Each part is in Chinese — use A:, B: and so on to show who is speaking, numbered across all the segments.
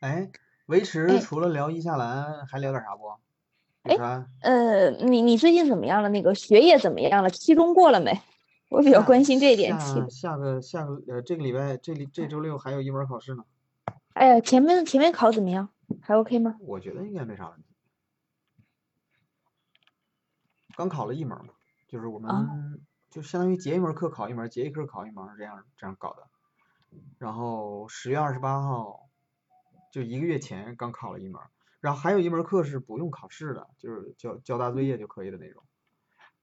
A: 哎，维持
B: 哎，
A: 除了聊伊夏兰，还聊点啥不？比
B: 哎，
A: 如说，
B: 呃，你你最近怎么样了？那个学业怎么样了？期中过了没？我比较
A: 下
B: 关心这一点。嗯期
A: 下下个下个呃，这个礼拜这里这周六还有一门儿考试呢，
B: 哎呀，前面前面考怎么样？还 OK 吗？
A: 我觉得应该没啥问题。刚考了一门儿嘛，就是我
B: 啊，
A: 们就相当于结一门儿课考一门儿，结一科儿考一门儿，这样这样搞的。然后十月二十八号，就一个月前刚考了一门儿，然后还有一门儿课是不用考试的，就是交交大作业就可以的那种。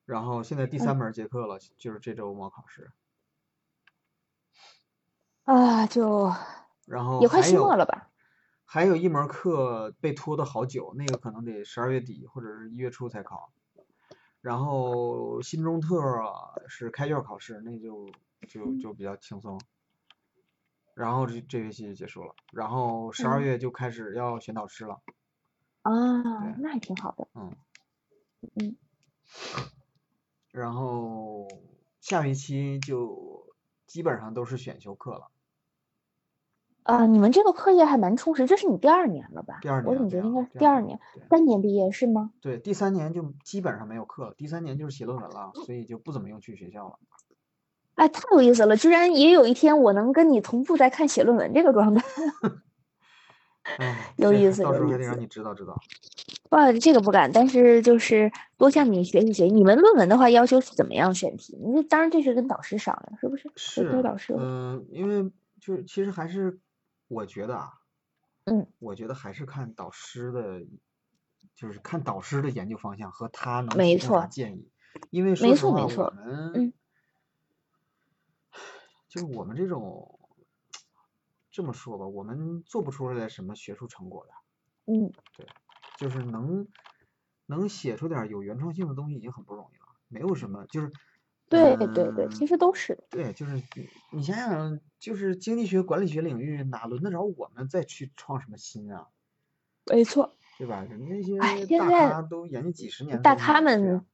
A: 然后现在第三
B: 嗯
A: 门儿结课了，就是这周末考试。
B: 啊，就
A: 然后
B: 也快
A: 哦还
B: 期末
A: 有
B: 了吧？
A: 还有一门儿课被拖的好久，那个可能得十二月底或者是一月初才考。然后新中特啊是开卷儿考试，那就就就比较轻松。然后这这学期就结束了，然后十二
B: 嗯
A: 月就开始要选导师了。
B: 啊，
A: 对，
B: 那还挺好的。
A: 嗯，
B: 嗯
A: 然后下学期就基本上都是选修课了。
B: 啊，你们这个课业还蛮充实，这是你第二年了吧？
A: 第二
B: 我
A: 年
B: 怎
A: 了，
B: 么觉
A: 对
B: 得应
A: 啊，
B: 该是
A: 第
B: 第
A: 二
B: 二
A: 年了，
B: 年，
A: 对
B: 三年毕业是吗？
A: 对，第三年就基本上没有课了，第三年就是写论文了，所以就不怎么用去学校了。
B: 哎，太有意思了！居然也有一天我能跟你同步在看写论文这个状态，
A: 哎，
B: 有
A: 这
B: 意
A: 个
B: 思，
A: 到时
B: 有
A: 候
B: 意
A: 也得让
B: 思。
A: 你知道知道。
B: 哇，呃这个不敢，但是就是多向你学习学习。你们论文的话，要求是怎么样选题？你这当然这是跟导师商量，是不是？会跟
A: 是，
B: 导师有？
A: 嗯、因为就是其实还是我觉得啊，
B: 嗯
A: 我觉得还是看导师的，就是看导师的研究方向和他能
B: 没
A: 提供啥
B: 错，
A: 建议。因为说
B: 没
A: 实
B: 错，
A: 话，
B: 没
A: 我
B: 错。
A: 们
B: 嗯
A: 就是我们这种，这么说吧，我们做不出来什么学术成果的。
B: 嗯，
A: 对，就是能能写出点儿有原创性的东西已经很不容易了，没有什么就是，
B: 对对对，其
A: 嗯，
B: 实都是。
A: 对，就是你你想想，就是经济学、管理学领域哪轮得着我们再去创什么新啊，
B: 没错，
A: 对吧？人那
B: 哎，
A: 些
B: 现
A: 大
B: 在
A: 咖都研究几十年的
B: 大
A: 东西
B: 咖
A: 也是这样，
B: 们，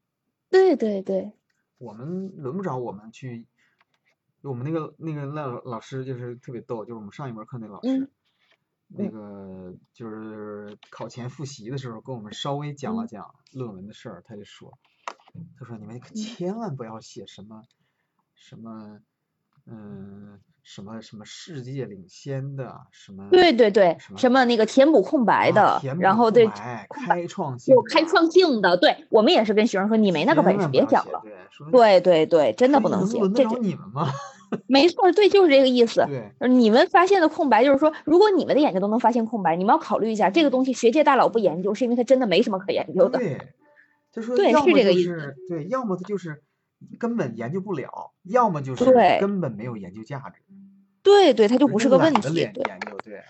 B: 对对对，
A: 我们轮不着我们去。我们那个那个那老师就是特别逗，就是我们上一门课那老师，
B: 嗯
A: 那
B: 嗯
A: 个就是考前复习的时候，跟我们稍微讲了
B: 嗯
A: 讲论文的事儿，他就说，他说你们可
B: 嗯，
A: 千万不要写什么什么，嗯、什么什么世界领先的，什么
B: 对对对，
A: 什么
B: 什么那个填补空
A: 嗯
B: 白
A: 啊，
B: 的，
A: 填
B: 然
A: 补
B: 后
A: 空
B: 对
A: 白、
B: 空白
A: 开创
B: 有
A: 性
B: 开
A: 的，
B: 创性的，对我们也是跟学生说，你没那个
A: 千
B: 本事
A: 万不
B: 别
A: 要
B: 讲
A: 写。
B: 了。
A: 对，说
B: 对对对，真的
A: 说
B: 不能
A: 能
B: 写，
A: 轮得
B: 这
A: 着
B: 这
A: 你们吗？
B: 没错儿，对，就是这个意思。
A: 对，
B: 呃你们发现的空白，就是说，如果你们的眼睛都能发现空白，你们要考虑一下，这个东西学界大佬不研究，是因为他真的没什么可研究的。
A: 对。就说
B: 对，
A: 要
B: 是
A: 么
B: 这
A: 就
B: 个意思。
A: 是对，要么他就是根本研究不了，要么就是
B: 对
A: 根本没有研究价值，
B: 对对，他就
A: 人
B: 不
A: 家
B: 是个问
A: 懒得
B: 题。
A: 研
B: 对
A: 研究。对，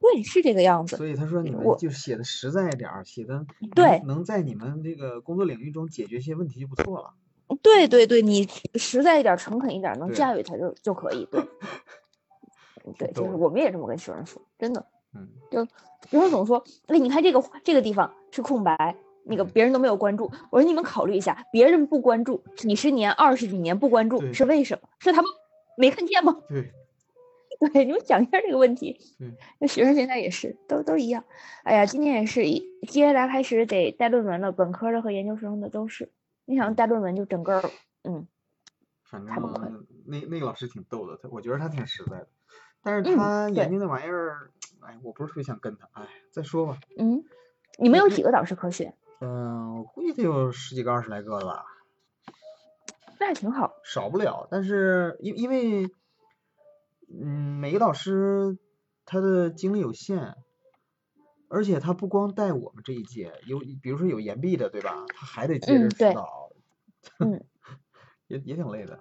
B: 对，是这个样子。
A: 所以他说你
B: 嗯
A: 们
B: 我
A: 就写的实在一点儿，写的能
B: 对
A: 能在你们这个工作领域中解决一些问题就不错了。
B: 对对对，你实在一点儿，诚恳一点儿，能
A: 对，
B: 驾驭他就就可以。 对
A: 挺
B: 对，就是
A: 逗的。
B: 我们也这么跟学生说，真的。
A: 嗯
B: 就学生总说，哎，你看这个这个地方是空白，那个
A: 嗯，
B: 别人都没有关注。我说你们考虑一下，别人不关注几十年、二十几年不关注
A: 对
B: 是为什么？是他们没看见吗？
A: 对
B: 对，你们想一下这个问题。
A: 对，
B: 那学生现在也是，都都一样。哎呀，今年也是一，接下来开始得带论文了，本科的和研究生的都是。你想
A: 嗯，
B: 带论文，就整个儿，嗯，
A: 反
B: 太崩溃了。
A: 正那那个老师挺逗的，他我觉得他挺实在的，但是
B: 嗯，
A: 他研
B: 对，
A: 究那玩意儿，哎，我不是特别想跟他，哎，再说吧，
B: 嗯，你
A: 那
B: 们有
A: 那
B: 几个导师可选？
A: 嗯、我估计得有十几个二十来个了吧。
B: 那还挺好。
A: 少不了，但是因因为，嗯，每个导师他的精力有限，而且他不光带我们这一届，有比如说有延毕的，对吧？他还得接着
B: 嗯，
A: 辅
B: 对，
A: 导，
B: 嗯，
A: 也也挺累的。